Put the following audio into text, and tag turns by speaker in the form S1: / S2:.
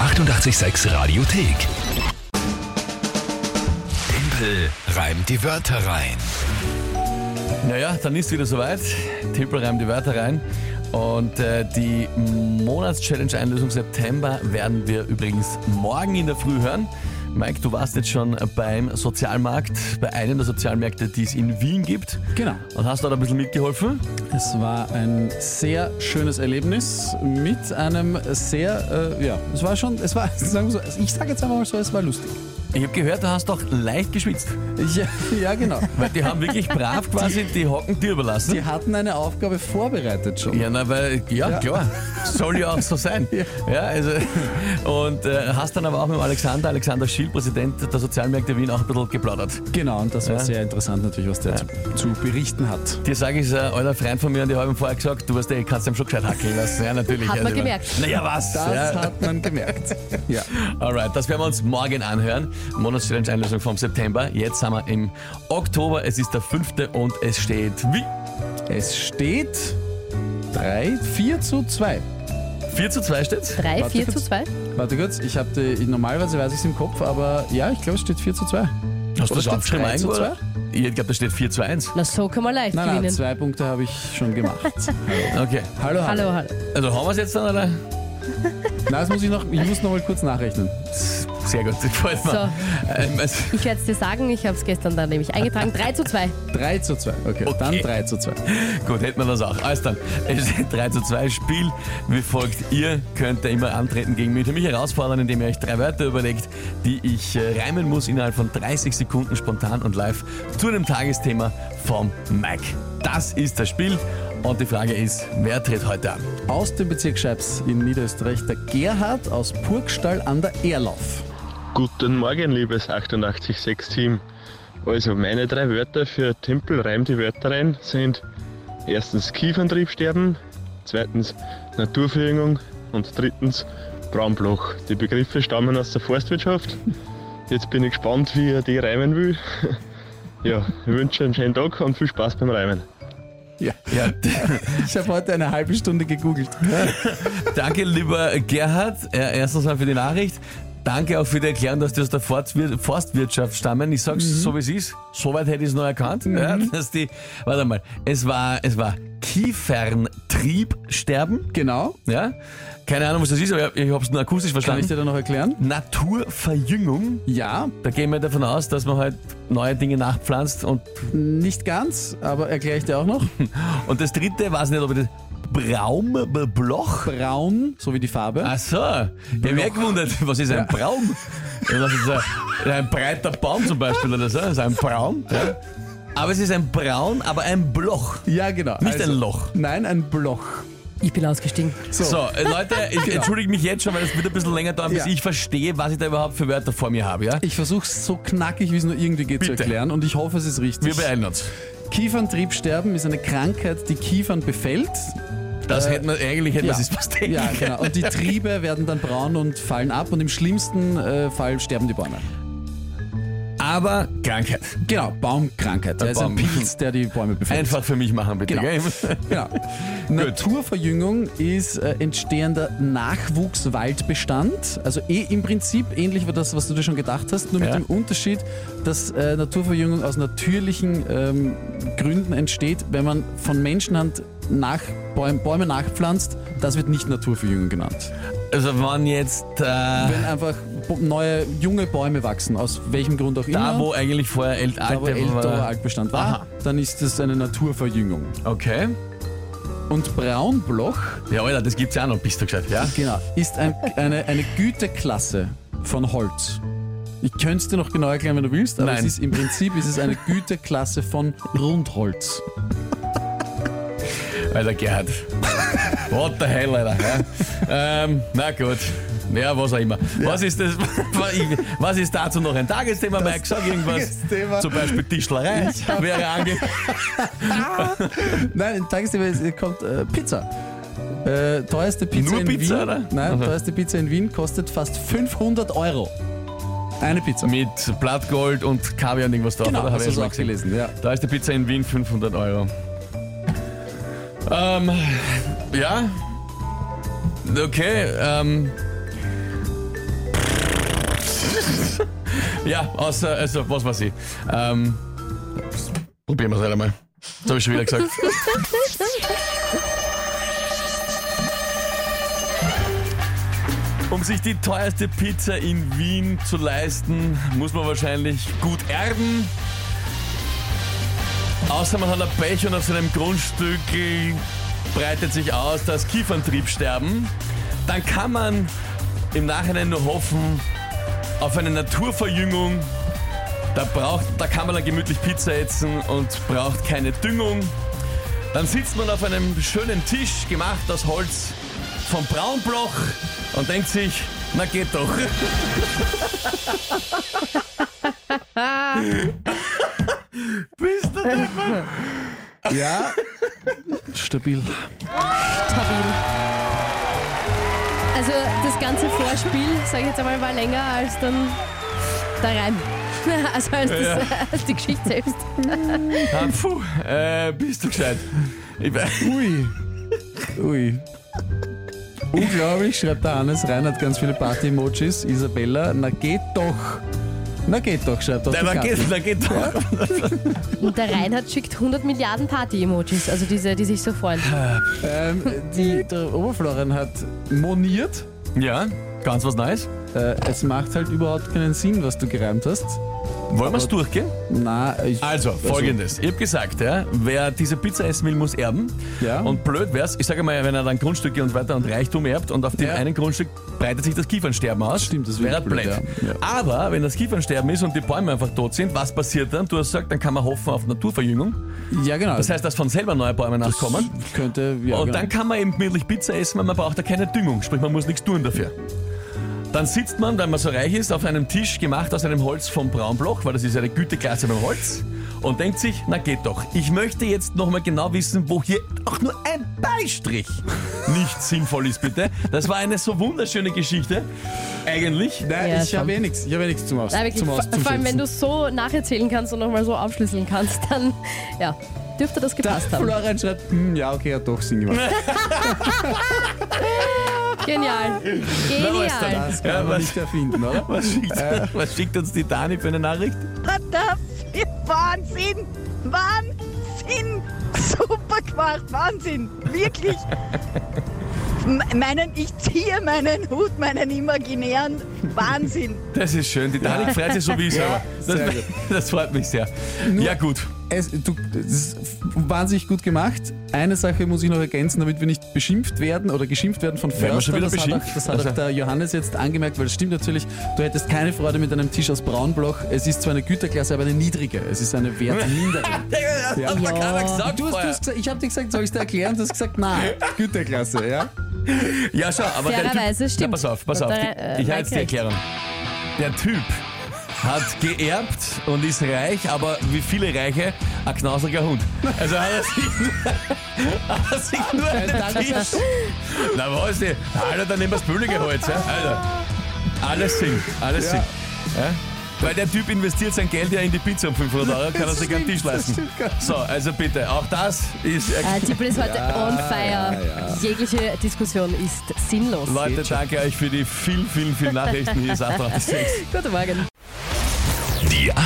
S1: 886 Radiothek. Tempel reimt die Wörter rein.
S2: Naja, dann ist wieder soweit. Tippel reimt die Wörter rein. Und äh, die Monatschallenge-Einlösung September werden wir übrigens morgen in der Früh hören. Mike, du warst jetzt schon beim Sozialmarkt, bei einem der Sozialmärkte, die es in Wien gibt.
S3: Genau.
S2: Und hast dort ein bisschen mitgeholfen?
S3: Es war ein sehr schönes Erlebnis mit einem sehr, äh, ja, es war schon, es war, sagen wir so, ich sage jetzt einfach mal so, es war lustig.
S2: Ich habe gehört, du hast doch leicht geschwitzt.
S3: Ja, ja genau.
S2: Weil die haben wirklich brav quasi die Hocken dir überlassen.
S3: Die hatten eine Aufgabe vorbereitet schon.
S2: Ja, na, weil, ja,
S3: Ja.
S2: klar, soll ja auch so sein. Ja, also, und äh, hast dann aber auch mit dem Alexander, Alexander Schill, Präsident der Sozialmärkte Wien, auch ein bisschen geplaudert.
S3: Genau, und das war
S2: Ja.
S3: sehr interessant natürlich, was der zu, zu berichten hat.
S2: Dir sage ich, ist ein alter Freund von mir und die haben vorher gesagt, du weißt, ey, kannst dem schon gescheit hackeln lassen. Ja, natürlich.
S4: Hat man
S2: Also,
S4: gemerkt.
S2: Naja, was?
S3: Das
S2: ja.
S3: hat man gemerkt. Ja.
S2: Alright, das werden wir uns morgen anhören. Monatschallenge-Einlösung vom September. Jetzt sind wir im Oktober, es ist der fünfte und es steht wie?
S3: Es steht 3, 4 zu 2.
S2: 4 zu 2 steht's?
S4: 3,
S3: Warte
S4: 4 zu
S3: kurz.
S4: 2?
S3: Warte kurz, ich habe die, normalerweise weiß ich es im Kopf, aber ja, ich glaube, es steht 4 zu 2.
S2: Hast du
S3: Oder
S2: das
S3: steht's
S2: aufgeschrieben
S3: 3 zu
S2: eigentlich? oder? Ich glaube, da steht 4 zu 1.
S4: Na, so kann man leicht
S3: Nein, nein,
S4: gewinnen.
S3: zwei Punkte habe ich schon gemacht.
S2: Okay.
S3: Hallo, hallo.
S4: hallo, hallo.
S2: Also haben wir es jetzt dann, oder?
S3: Na, das muss ich noch, ich muss noch mal kurz nachrechnen.
S2: Sehr gut, das gefällt mir. Ähm, es-
S4: Ich werde es dir sagen, ich habe es gestern dann nämlich eingetragen. 3 zu 2.
S3: 3 zu 2. Okay,
S2: Okay.
S3: dann 3 zu 2.
S2: Gut, hätten wir das auch. Alles dann. Es steht 3 zu 2 Spiel. Wie folgt, ihr könnt da immer antreten gegen mich. Ihr mich herausfordern, indem ihr euch drei Wörter überlegt, die ich äh, reimen muss innerhalb von 30 Sekunden spontan und live zu einem Tagesthema vom Mike. Das ist das Spiel. Und die Frage ist, wer tritt heute an?
S3: Aus dem Bezirk Scheibs in Niederösterreich der Gerhard aus Purgstall an der Erlauf.
S5: Guten Morgen, liebes 886-Team. Also, meine drei Wörter für Tempel reim die Wörter rein sind erstens Kieferntriebsterben, zweitens Naturverjüngung und drittens Braunbloch. Die Begriffe stammen aus der Forstwirtschaft. Jetzt bin ich gespannt, wie er die reimen will. Ja, ich wünsche einen schönen Tag und viel Spaß beim Reimen.
S3: Ja,
S2: Ja,
S3: ich habe heute eine halbe Stunde gegoogelt.
S2: danke, lieber Gerhard. Äh, erstens mal für die Nachricht. Danke auch für die Erklärung, dass die aus der Forstwir Forstwirtschaft stammen. Ich sag's so, wie es ist. Soweit hätte ich es noch erkannt. Ja, dass die, warte mal, es war, es war Kieferntriebsterben.
S3: Genau,
S2: Ja? Keine Ahnung, was das ist, aber ich, ich hab's nur akustisch
S3: kann ich
S2: verstanden.
S3: dir da noch erklären?
S2: Naturverjüngung.
S3: Ja,
S2: Da gehen wir davon aus, dass man halt neue Dinge nachpflanzt. Und,
S3: nicht ganz, aber erkläre ich dir auch noch.
S2: und das dritte, weiß nicht, ob ich das Braumbloch.
S3: Braun, so wie die Farbe.
S2: Ach so, ich habe mich auch gewundert, was ist ein Braum? Ja, Das ist ein, ein breiter Baum zum Beispiel oder so, das ist ein Braum. Ja. Aber es ist ein Braun, aber ein Bloch,
S3: Ja, genau.
S2: nicht ein Loch.
S3: Nein, ein Bloch.
S4: Ich bin ausgestiegen.
S2: So, äh, Leute, ich entschuldige mich jetzt schon, weil es wird ein bisschen länger dauern, bis
S3: Genau. Ja.
S2: ich verstehe, was ich da überhaupt für Wörter vor mir habe. Ja?
S3: Ich versuche es so knackig, wie es nur irgendwie geht,
S2: Bitte.
S3: zu erklären und ich hoffe, es ist richtig.
S2: Wir beeilen uns.
S3: Kieferntriebsterben ist eine Krankheit, die Kiefern befällt.
S2: Das hätten wir, eigentlich hätten wir
S3: Äh, ja.
S2: es fast denken
S3: Ja, genau. Und die Triebe werden dann braun und fallen ab und im schlimmsten äh, Fall sterben die Bäume.
S2: können. Aber Krankheit.
S3: Genau, Baumkrankheit.
S2: Ein
S3: Das ist ein
S2: Baum.
S3: Pilz, der die Bäume befällt.
S2: Einfach für mich machen, bitte.
S3: Genau.
S2: gell?
S3: Genau. Naturverjüngung ist äh, entstehender Nachwuchswaldbestand. Also eh im Prinzip ähnlich wie das, was du dir schon gedacht hast, nur
S2: Ja.
S3: mit dem Unterschied, dass äh, Naturverjüngung aus natürlichen ähm, Gründen entsteht, wenn man von Menschenhand nach Bäum, Bäume nachpflanzt. Das wird nicht Naturverjüngung genannt.
S2: Also wenn jetzt äh,
S3: Wenn einfach bo- neue, junge Bäume wachsen, aus welchem Grund auch immer.
S2: da, wo eigentlich vorher
S3: da, wo
S2: älter
S3: älterer Altbestand war,
S2: Aha.
S3: dann ist das eine Naturverjüngung.
S2: Okay.
S3: Und Braunbloch
S2: Ja, Alter, das gibt's ja auch noch, bist du gesagt, ja?
S3: Genau, ist ein, eine, eine Güteklasse von Holz. Ich könnte es dir noch genau erklären, wenn du willst, aber
S2: Nein.
S3: es ist im Prinzip ist es eine Güteklasse von Rundholz.
S2: Alter Gerhard. What the hell, Alter. Ja? Ähm, na gut. Ja, was auch immer. Was ist das? Was ist dazu noch ein Tagesthema, Mike? Sag irgendwas.
S3: Tagesthema.
S2: Zum Beispiel Tischlerei wäre ange.
S3: Nein, im Tagesthema ist- kommt äh, Pizza. Äh, teuerste Pizza
S2: Nur
S3: in
S2: Pizza,
S3: Wien.
S2: oder?
S3: Nein,
S2: Also.
S3: teuerste Pizza in Wien kostet fast 500 Euro. Eine Pizza.
S2: Mit Blattgold und Kaviar und irgendwas drauf.
S3: Genau,
S2: oder? Hab
S3: hast
S2: ich
S3: du
S2: schon mal
S3: auch
S2: gesehen.
S3: gelesen, ja.
S2: Da ist die Pizza in Wien 500 Euro. Ähm, ja. Okay, ähm. ja, außer, also, was weiß ich. Ähm, probieren wir es halt einmal. Das habe ich schon wieder gesagt. Um sich die teuerste Pizza in Wien zu leisten, muss man wahrscheinlich gut erben. Außer man hat ein Pech und auf seinem Grundstück äh, breitet sich aus das Kieferntriebsterben. Dann kann man im Nachhinein nur hoffen auf eine Naturverjüngung. Da, braucht, da kann man dann gemütlich Pizza essen und braucht keine Düngung. Dann sitzt man auf einem schönen Tisch, gemacht aus Holz vom Braunbloch und denkt sich, na geht doch. Bist du deppert?
S3: Ja. Stabil.
S4: Also das ganze Vorspiel, sage ich jetzt einmal, war länger als dann der Reim. Also als, das,
S2: Ja.
S4: als die Geschichte selbst.
S2: Ah, puh, äh, bist du gescheit. Ich, we-
S3: Ui. Ui. Unglaublich, schreibt der Hannes rein, hat ganz viele Party-Emojis. Isabella, na geht doch. Na geht doch, schreibt auch
S2: Na,
S3: die
S2: na
S3: Kathi.
S2: geht, na geht doch.
S4: Und der Reinhard schickt 100 Milliarden Party-Emojis, also diese, die sich so freuen.
S3: Ähm, die, der Oberfloren hat moniert.
S2: Ja, ganz was Neues.
S3: Äh, es macht halt überhaupt keinen Sinn, was du gereimt hast.
S2: Wollen wir es durchgehen?
S3: Na, ich,
S2: Also, folgendes. Ich habe gesagt, ja, wer diese Pizza essen will, muss erben.
S3: Ja.
S2: Und blöd wär's, ich sage mal, wenn er dann Grundstücke und weiter und Reichtum erbt und auf dem
S3: Ja.
S2: einen Grundstück breitet sich das Kiefernsterben aus.
S3: Stimmt, das
S2: wäre
S3: wäre
S2: blöd.
S3: blöd, ja. Ja.
S2: Aber wenn das Kiefernsterben ist und die Bäume einfach tot sind, was passiert dann? Du hast gesagt, dann kann man hoffen auf Naturverjüngung.
S3: Ja, genau.
S2: Das heißt, dass von selber neue Bäume nachkommen.
S3: könnte, ja,
S2: und
S3: genau.
S2: dann kann man eben gemütlich Pizza essen, weil man braucht ja keine Düngung, sprich man muss nichts tun dafür. Dann sitzt man, weil man so reich ist, auf einem Tisch gemacht aus einem Holz vom Braunbloch, weil das ist eine Güteklasse beim Holz, und denkt sich, na geht doch, ich möchte jetzt nochmal genau wissen, wo hier auch nur ein Beistrich nicht sinnvoll ist, bitte. Das war eine so wunderschöne Geschichte, eigentlich.
S3: Nein,
S4: Ja,
S3: ich
S4: schon.
S3: habe eh nichts. Ich habe eh nichts zum Aus.
S4: Nein, wirklich,
S3: zum
S4: vor,
S3: Aus zum
S4: vor allem wenn
S3: Schätzen.
S4: du so nacherzählen kannst und nochmal so aufschlüsseln kannst, dann ja, dürfte das gepasst haben.
S3: Florian schreibt, hm, ja, okay, hat doch Sinn gemacht.
S4: Genial. Genial.
S3: Das kann
S2: Ja,
S3: man
S2: was-
S3: nicht erfinden, oder?
S2: Was schickt, was schickt uns die Dani für eine Nachricht?
S6: What the f- Wahnsinn! Wahnsinn! Super gemacht, Wahnsinn! Wirklich! M- Meinen, ich ziehe meinen Hut, meinen imaginären Wahnsinn!
S2: Das ist schön, die Dani freut sich so wie ich selber. Das,
S3: sehr gut.
S2: das freut mich sehr. ja gut.
S3: Es, du, das ist wahnsinnig gut gemacht. Eine Sache muss ich noch ergänzen, damit wir nicht beschimpft werden oder geschimpft werden von
S2: Werden wir schon
S3: Förster.
S2: wieder
S3: Das hat, auch,
S2: beschimpft?
S3: das hat
S2: Also-
S3: auch der Johannes jetzt angemerkt, weil es stimmt natürlich, du hättest keine Freude mit einem Tisch aus Braunbloch. Es ist zwar eine Güterklasse, aber eine niedrige. Es ist eine wertmindere.
S2: Ja.
S3: hat man
S2: Ja. Gesagt,
S3: Du hast, du hast gesagt, ich habe dir gesagt, soll ich dir erklären? Du hast gesagt, nein. Güterklasse, ja?
S2: ja, schau, aber der
S4: Fairerweise
S2: typ,
S4: stimmt.
S2: Na, pass auf, pass
S4: Hat
S2: auf.
S4: der, äh,
S2: ich halte
S4: Mike
S2: jetzt die
S4: recht.
S2: Erklärung. Der Typ hat geerbt und ist reich, aber wie viele Reiche, ein knausriger Hund. Also hat er sich nur, hat er sich nur einen
S3: Dankeschön.
S2: Tisch. Na, was denn? Alter, dann nehmen wir das billige Holz. Ja? Alter. Alles Sinn, alles
S3: Ja.
S2: Sinn. Ja? Weil der Typ investiert sein Geld ja in die Pizza um 500 Euro, kann er
S3: Das
S2: sich keinen
S3: stimmt,
S2: Tisch
S3: das
S2: leisten.
S3: stimmt gar nicht.
S2: So, also bitte, auch das ist
S4: Äh, Tippel ist heute on fire. Jegliche Diskussion ist sinnlos.
S2: Leute, danke euch für die vielen, vielen, vielen Nachrichten. Hier ist einfach
S4: Guten Morgen.
S1: Die